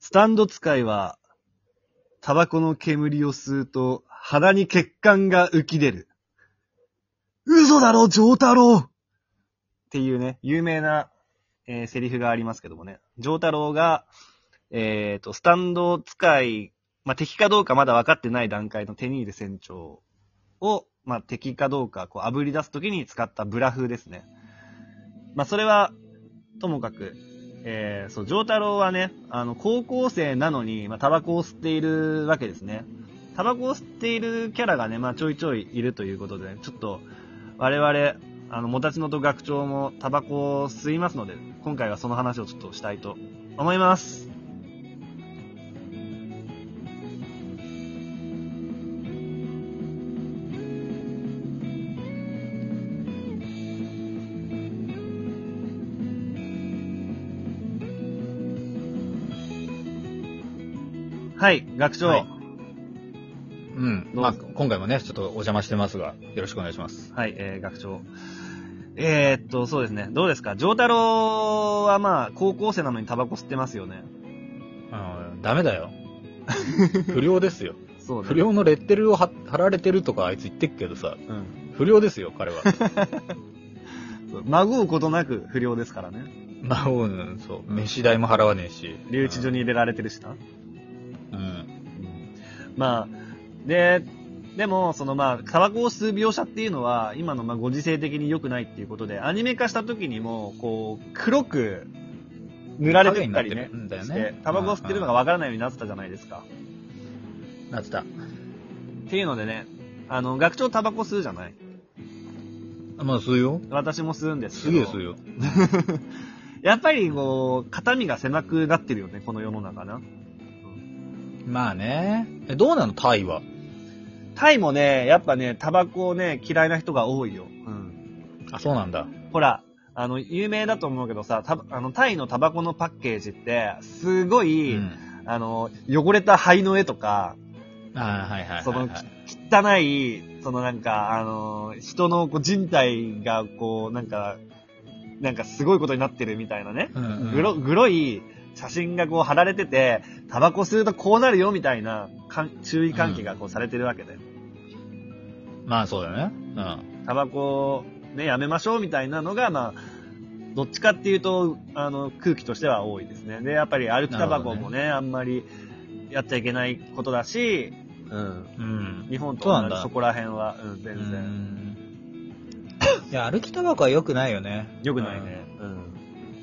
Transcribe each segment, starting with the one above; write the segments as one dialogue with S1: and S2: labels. S1: スタンド使いは、タバコの煙を吸うと、鼻に血管が浮き出る。嘘だろ、上太郎っていうね、有名な、えーセリフがありますけどもね。上太郎が、えっ、と、スタンド使い、まあ、敵かどうかまだ分かってない段階のテニーレ船長を、まあ、敵かどうか、こう、炙り出すときに使ったブラフですね。まあ、それは、ともかく、えー、そう、上太郎はね、あの、高校生なのに、まあ、タバコを吸っているわけですね。タバコを吸っているキャラがね、まあ、ちょいちょいいるということで、ね、ちょっと、我々、あの、もたちのと学長もタバコを吸いますので、今回はその話をちょっとしたいと思います。はい、学長。
S2: はいうん。
S1: どう
S2: まあ、
S1: ですか
S2: 今回もね、ちょっとお邪魔してますが、よろしくお願いします。
S1: はい、えー、学長。えー、っと、そうですね。どうですか上太郎はまあ、高校生なのにタバコ吸ってますよね。
S2: うん、ダメだ よ。不良ですよ。
S1: そうね。
S2: 不良のレッテルを貼貼られてるとかあいつ言ってっけどさ、
S1: うん。
S2: 不良ですよ、彼 は。
S1: そう孫うことなく不良ですからね。
S2: まあ、うん、そう。飯代も払わねえし。
S1: 留置所に入れられてるしな。
S2: うん。
S1: まあ、で、でも、そのまあ、タバコを吸う描写っていうのは、今のまあご時世的に良くないっていうことで、アニメ化した時にも、こう、黒く塗られてったりね
S2: 影になって、るんだよ
S1: し
S2: ね
S1: て、タバコを吸ってるのがわからないようになってたじゃないですか。
S2: うん。なってた。
S1: っていうのでね、あの、学長タバコ吸うじゃない
S2: まあ、吸うよ。
S1: 私も吸うんです
S2: す
S1: け
S2: げ
S1: ど。
S2: え吸うよ。
S1: やっぱりこう、肩身が狭くなってるよね、この世の中な。
S2: まあね。え、どうなのタイは。
S1: タイもね、やっぱね、タバコをね、嫌いな人が多いよ。うん。
S2: あ、そうなんだ。
S1: ほら、あの、有名だと思うけどさ、たあの、タイのタバコのパッケージって、すご
S2: う
S1: い、
S2: ん。
S1: あの、汚れた灰の絵とか、
S2: ああ、はいはいはい、はい。
S1: その、汚い、そのなんか、あの、人のこう人体がこう、なんか、なんかすごいことになってるみたいなね。
S2: うんうん
S1: グロ、グロい写真がこう貼られてて、タバコ吸うとこうなるよみたいなかん注意喚起がこうされてるわけで。
S2: まあ、そうだね。うん。
S1: タバコね、やめましょうみたいなのが、まあ、どっちかっていうと、あの、空気としては多いですね。で、やっぱり歩きタバコもね、あんまりやっちゃいけないことだし、うん。
S2: うん。
S1: 日本と
S2: そうな
S1: 同
S2: ん
S1: じ
S2: だ
S1: そこら辺は、うん、全
S2: う
S1: 然。
S2: ん。いや、歩きタバコは良くないよね。
S1: 良くないね。うん。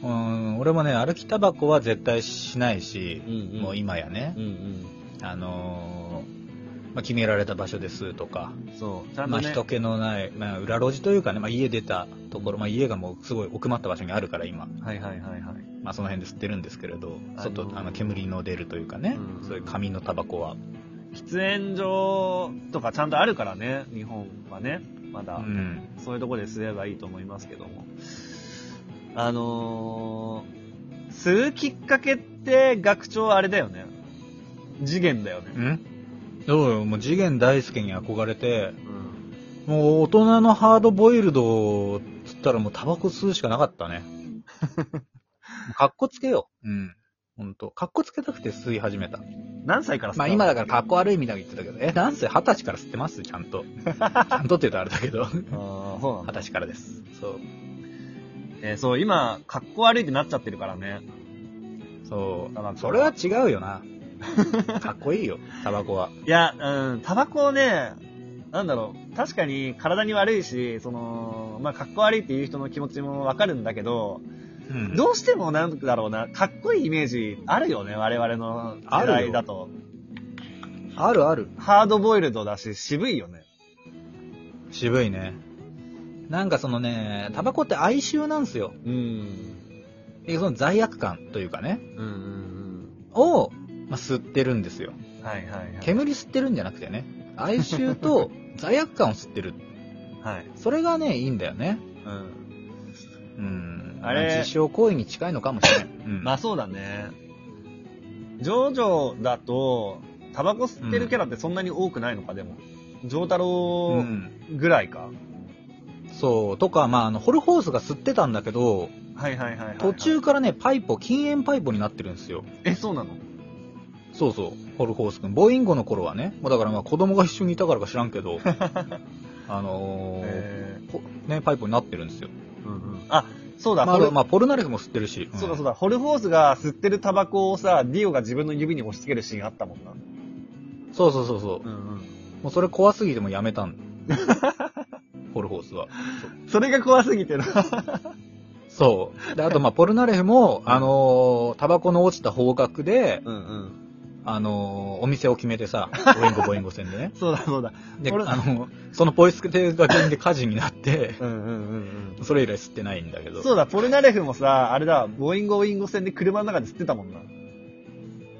S2: うん。うん、俺もね、歩きタバコは絶対しないし、
S1: ん
S2: もう今やね
S1: う、ん
S2: あのーまあ、決められた場所ですとか、
S1: うん。そう。ちゃん
S2: ま
S1: と
S2: あ、
S1: ね。
S2: 人気のない、まあ、裏路地というかね、まあ、家出たところ、まあ、家がもうすごい奥まった場所にあるから今、
S1: はいはいはいはい。
S2: まあ、その辺で吸ってるんですけれど、外、
S1: あのー
S2: あの、煙の出るというかね、
S1: うん
S2: そういう紙のタバコは。
S1: 喫煙所とかちゃんとあるからね、日本はね、ま
S2: う
S1: だ。
S2: ん。
S1: そういうとこで吸えばいいと思いますけども。あのー、吸うきっかけって学長あれだよね。次元だよね。
S2: んそうよ、もう次元大介に憧れて、
S1: うん。
S2: もう大人のハードボイルドっつったらもうタバコ吸うしかなかったね。 かっこつけよう。うん。ほんと。かっこつけたくて吸い始めた。
S1: 何歳から吸った
S2: まあ今だからかっこ悪いみたいに言ってたけど、え、何歳二十歳から吸ってますちゃんと。ちゃんとって言うとあれだけど。 二
S1: ら。ああ、そうなんだ。
S2: 十歳からです。そう。
S1: えーそう、今、格好悪いってなっちゃってるからね。
S2: そう
S1: タバコは。
S2: それは違うよ な。かっこいいよ、タバコは。
S1: いや、うん、タバコをね、なんだろう、確かに体に悪いし、その、まあ、格好悪いっていう人の気持ちもわかるんだけど、
S2: うん
S1: どうしてもなんだろうな、かっこいいイメージあるよね、我々の世
S2: ある
S1: 代
S2: よ
S1: だと。
S2: あるある。
S1: ハードボイルドだし、渋いよね。
S2: 渋いね。なんかそのね、タバコって哀愁なんすよ。
S1: うん。
S2: でその罪悪感というかね、
S1: うんうん
S2: を、まあ、吸ってるんですよ。
S1: うん。はいはいはい。
S2: 煙吸ってるんじゃなくてね、哀愁 と罪悪感を吸ってる。
S1: はい。
S2: それがね、いいんだよね。
S1: うん。
S2: うん。
S1: あれ
S2: 自傷行為に近いのかもしれない。うん
S1: まあそうだね。ジョジョだと、タバコ吸ってるキャラってそんなに多くないのか、でも。ジョータ
S2: う
S1: ロ
S2: ん、
S1: ウぐらいか。
S2: そう。とか、まあ、あの、ホルホースが吸ってたんだけど、
S1: はいはいはいはいはい。
S2: 途中からね、パイポ、禁煙パイポになってるんですよ。
S1: え、そうなの
S2: そうそう、ホルホース君。ボーインゴの頃はね、もうだからまあ子供が一緒にいたからか知らんけど、 あのー
S1: え
S2: こね、パイプになってるんですよ。
S1: ーうんうんあ、そうだ、
S2: まあ、
S1: ホル
S2: まあ、ポルナレフも吸ってるし。
S1: そうだそう
S2: だ。
S1: だ、ホルホースが吸ってるタバコをさ、ディオが自分の指に押し付けるシーンあったもんな。
S2: そうそうそうそう。
S1: ん
S2: もうそれ怖すぎてもうやめ たんホルホースは。
S1: うん。それが怖すぎてな。
S2: そう。で、あと、 まあ、ポルナレフも、あのータバコの落ちた方角で、
S1: うんうん。
S2: あのーお店を決めてさ、ボインゴボインゴ戦で ね。
S1: そうだそうだ。
S2: で、あ
S1: ポル
S2: のーそのポイ捨てが原因で火事になって、
S1: うんうんうん
S2: それ以来吸ってないんだけ
S1: うん。
S2: ど。
S1: そうだ、ポルナレフもさ、あれだ、ボインゴボインゴ戦で車の中で吸ってたもんな。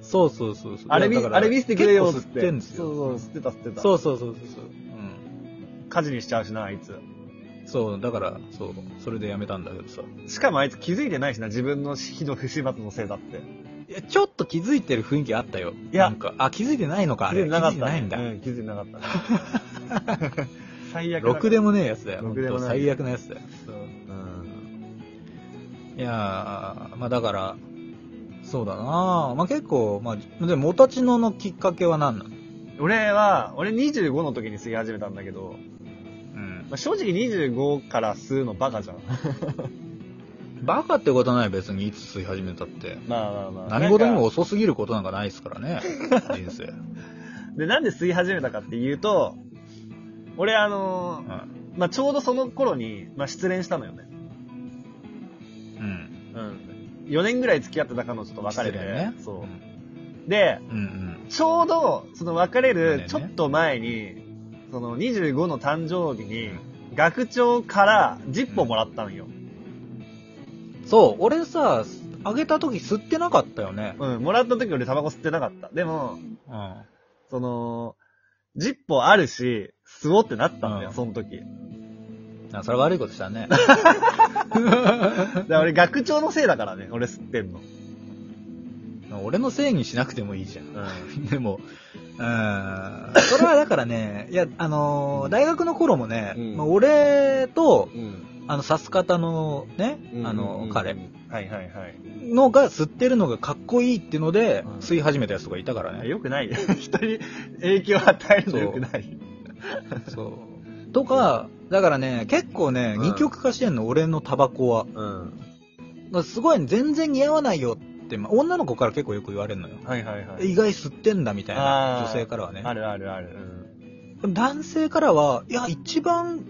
S2: そうそうそうそう。
S1: あれ
S2: い
S1: 見、
S2: やだから
S1: あれ見せてくれよっつっ
S2: 結構
S1: て。
S2: 吸ってんですよ。
S1: そうそう、吸ってた吸ってた。。
S2: そううそうそうそうそう。うん。
S1: 火事にしちゃうしな、あいつ。
S2: そう、だから、そう、それでやめたんだけどさ。
S1: しかもあいつ気づいてないしな、自分の火の不始末のせいだって。
S2: いや、ちょっと気づいてる雰囲気あったよ。
S1: いや
S2: なんか、あ、気づいてないのか、あ
S1: 気
S2: れ。
S1: づいてなかった、ね。
S2: 気づいてないんだ。
S1: うん、気づいてなかった。 最悪だ
S2: ろくでもねえやつだよ。
S1: ろくでもない
S2: ほんと最悪のやつだよ。
S1: そううん。
S2: いやー、まあだから、そうだなまあ結構、まあ、でも、もたちののきっかけは何なの
S1: 俺は、俺25の時に吸い始めたんだけど、
S2: うん。
S1: まあ、正直25から吸うのバカじ ゃん。
S2: バカってことない別にいつ吸い始めたって。
S1: まあまあまあ。
S2: 何事にも
S1: なんか
S2: 遅すぎることなんかないですか らね。人生。
S1: で、なんで吸い始めたかっていうと、俺あの
S2: う
S1: ー
S2: ん。
S1: まあちょうどその頃に、まあ失恋したのよね。
S2: うん。
S1: うん。4年ぐらい付き合ってた彼女と別れて。
S2: 失礼ね。
S1: そうう。
S2: ん
S1: で、
S2: うん
S1: ちょうど、その別れ
S2: そうだよ
S1: る
S2: ね
S1: ちょっと前に、その25の誕生日
S2: う
S1: に
S2: ん、
S1: 学長からジッポもらったのよ。
S2: うん。そう、俺さ、あげた時吸ってなかったよね。
S1: うん、もらった時俺タバコ吸ってなかった。でも、
S2: うん。
S1: その、ジッポあるし、吸おうってなったんだよ、
S2: うん
S1: その時。
S2: あ、それ悪いことし たね。
S1: だから俺学長のせいだからね、俺吸ってんの。
S2: 俺のせいにしなくてもいいじゃん。
S1: う
S2: でも、うん、それはだからね、いや、あのー大学の頃もね、
S1: うん
S2: まあ、俺と、
S1: ん。うん。
S2: あの、さす方のね、あ
S1: うん
S2: の、彼。
S1: はいはいはい
S2: のが吸ってるのがかっこいいっていうので、
S1: うん
S2: 吸い始めたやつとかいたから
S1: あ。
S2: ね。
S1: よくない よ。人に影響を与えるのよくない。
S2: そう。とか、だからね、結構ね、
S1: うん
S2: 二極化してんの、俺のタバコは。
S1: うん。
S2: だからすごい、全然似合わないよって、まあ、女の子から結構よく言われるのよ。
S1: はいはいは
S2: え
S1: い。
S2: 意外吸ってんだみたいな、
S1: あー
S2: 女性からはね。
S1: あるあるある。
S2: でも男性からは、いや、一番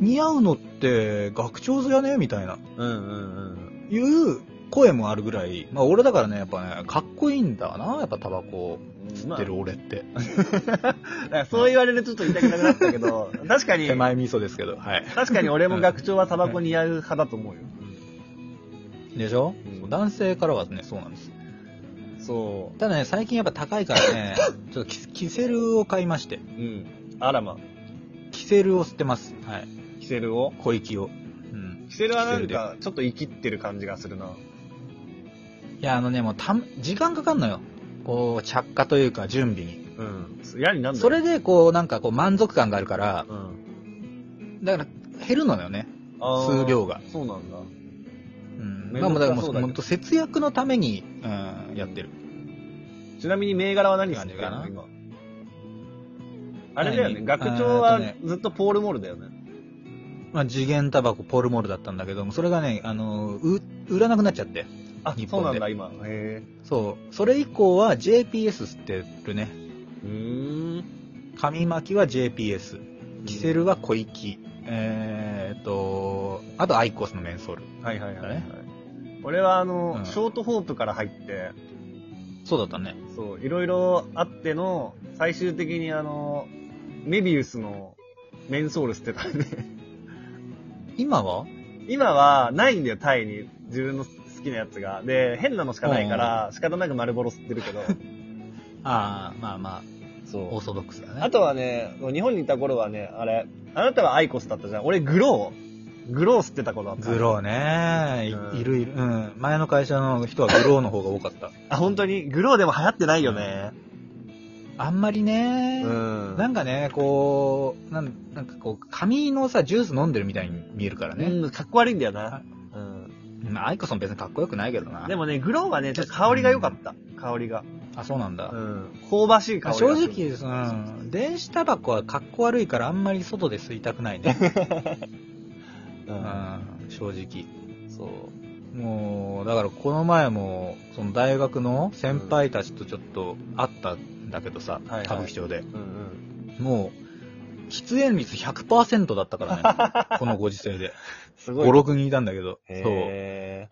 S2: 似合うのって学長じゃねみたいな、
S1: うんうんうん
S2: いう声もあるぐらい、まあ俺だからね、やっぱね、かっこいいんだな、やっぱタバコ
S1: うん。
S2: 吸ってる俺って。
S1: だからそう言われるとちょっと痛くなくなったけど、確かに
S2: 手、前味噌ですけど、はい。
S1: 確かに俺も学長はタバコに合う派だと思うよ。
S2: でしょ、
S1: うん
S2: そう男性からはね、そうなんです。
S1: そ
S2: ただね、最近やっぱ高いから ね、ちょっとキキセルを買いまして
S1: う。、うん。あらま。
S2: キセルを吸ってます。はい。
S1: キセルを
S2: 小息を。うん。
S1: キセルはなんか、ちょっと生きってる感じがするな。
S2: いや、あのね、もうたん、時間かかんのよ。こう、着火というか、準備に。
S1: うん。嫌になんだよ
S2: それで、こう、なんかこう、満足感があるから、
S1: うん。
S2: だから、減るのよね。
S1: あー
S2: 数量が。
S1: そうなんだ。
S2: うん。
S1: め
S2: だ
S1: んど
S2: か
S1: くさ
S2: らだからも
S1: そう
S2: う、
S1: だけど
S2: ほんと節約のために、うん、やってる。
S1: ちなみに銘柄は何吸ってるの
S2: 感じ
S1: 今。あれだよね。
S2: 何
S1: 学長
S2: あ
S1: は
S2: ーっと
S1: ずっとポールモールだよね。
S2: まあ、次元タバコ、ポルモールだったんだけども、それがね、あの、う、売らなくなっちゃって。
S1: あ、
S2: 日
S1: そう
S2: 本で
S1: なんだ、今。へ
S2: そう。それ以降は JPS 吸ってるね。
S1: え。うーん。
S2: 紙巻きは JPS。キセルは小息。えーっと、あとアイコスのメンソール。
S1: はいはいはい、はい
S2: だね。
S1: 俺はあの、
S2: うん
S1: ショートホープから入って、
S2: そうだったね。
S1: そう、いろいろあっての、最終的にあの、メビウスのメンソール捨てたんで。
S2: 今は
S1: 今はないんだよ、タイに。自分の好きなやつが。で、変なのしかないから、仕方なく丸ボロ吸ってるけ ど。
S2: ああ、まあまあ、オー
S1: そ
S2: ソドックスだ
S1: う。
S2: ね。
S1: あとはね、日本にいた頃はね、あれ、あなたはアイコスだったじゃん。俺、グローグロー吸ってたことあった。
S2: グローね
S1: うん
S2: いいるいる。うん。前の会社の人はグローの方が多かった。
S1: あ、本当にグローでも流行ってないよね。
S2: あんまりね
S1: うん
S2: なんかね、こう、なんなんかこう、紙のさ、ジュース飲んでるみたいに見えるからね。
S1: うん、かっこ悪いんだよな
S2: あ。
S1: うん。
S2: まあ、アイコさん別にかっこよくないけどな。
S1: でもね、グローはね、ちょっと香りが良かった。香りが。
S2: あ、そうなんだ。
S1: うん。香ばしい香
S2: まあ
S1: りが
S2: 正
S1: する。
S2: 直、うん、電子タバコは格好悪いからあんまり外で吸いたくな いね。
S1: う。
S2: うんん、正直。そう。もう、だからこの前も、その大学の先輩たちとちょっと会ったんだけどさ、
S1: はいはい
S2: 歌舞伎町で。
S1: うんうん。
S2: もう、喫煙率100%だったから ね。このご時世で。
S1: す
S2: 5、
S1: ごい。
S2: 6人いたんだけど。そう。
S1: へ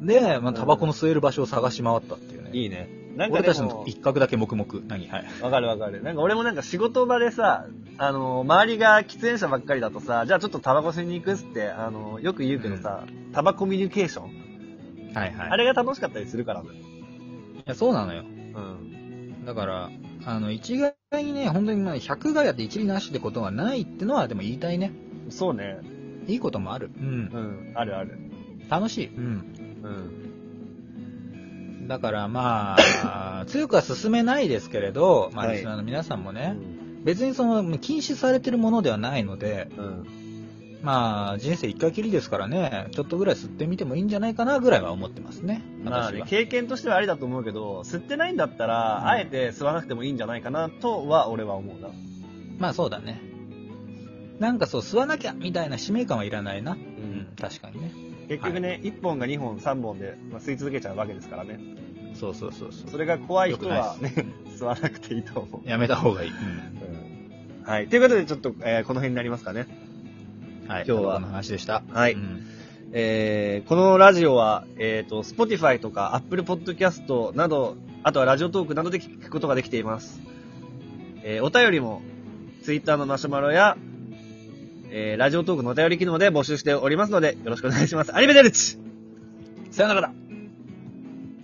S2: で、
S1: う
S2: まあ、
S1: ん
S2: タバコの吸える場所を探し回ったっていうね。
S1: ーいいね。なんか
S2: 俺
S1: で
S2: たちの
S1: も、
S2: 一角だけ黙々。何はい。
S1: わかるわかる。なんか俺もなんか仕事場でさ、あのー、周りが喫煙者ばっかりだとさ、じゃあちょっとタバコ吸いに行くっつって、あのー、よく言うけどさ、タバコミュニケーション
S2: はいはい。
S1: あれが楽しかったりするからね。
S2: いや、そうなのよ。
S1: うん。
S2: だから、あの、一概にね、本当にまあ、百害あって一理なしってことはないってのは、でも言いたいね。
S1: そうね。
S2: いいこともある。うん。
S1: うん。あるある。
S2: 楽しい。うん。
S1: うん。
S2: だからま あ、強くは進めないですけれど、まあ、
S1: はい
S2: リスナーの皆さんもね、別にその、禁止されてるものではないので、
S1: うん。
S2: まあ、人生一回きりですからね、ちょっとぐらい吸ってみてもいいんじゃないかなぐらいは思ってますね。
S1: まあ
S2: 私
S1: ね
S2: は、。
S1: 経験としてはありだと思うけど、吸ってないんだったら、
S2: うん
S1: あえて吸わなくてもいいんじゃないかなとは俺は思うな。
S2: まあそうだね。なんかそう、吸わなきゃみたいな使命感はいらないな。うん、確かにね。
S1: 結局ね、1本が2本、3本で、まあ、吸い続けちゃうわけですからね。
S2: そうそうそうそう。
S1: それが怖い人は
S2: よくない
S1: ね、 吸わなくていいと思う。
S2: やめた方がいい。
S1: うんはい。ということで、ちょっと、えーこの辺になりますかね。
S2: はい。
S1: 今日は
S2: この話でした。
S1: はい
S2: うん
S1: えーこのラジオは、えっ、と、Spotify とか Apple Podcast など、あとはラジオトークなどで聞くことができています。えーお便りも、Twitter のマシュマロや、えーラジオトークのお便り機能で募集しておりますので、よろしくお願いします。アニメデルチ
S2: さよならだ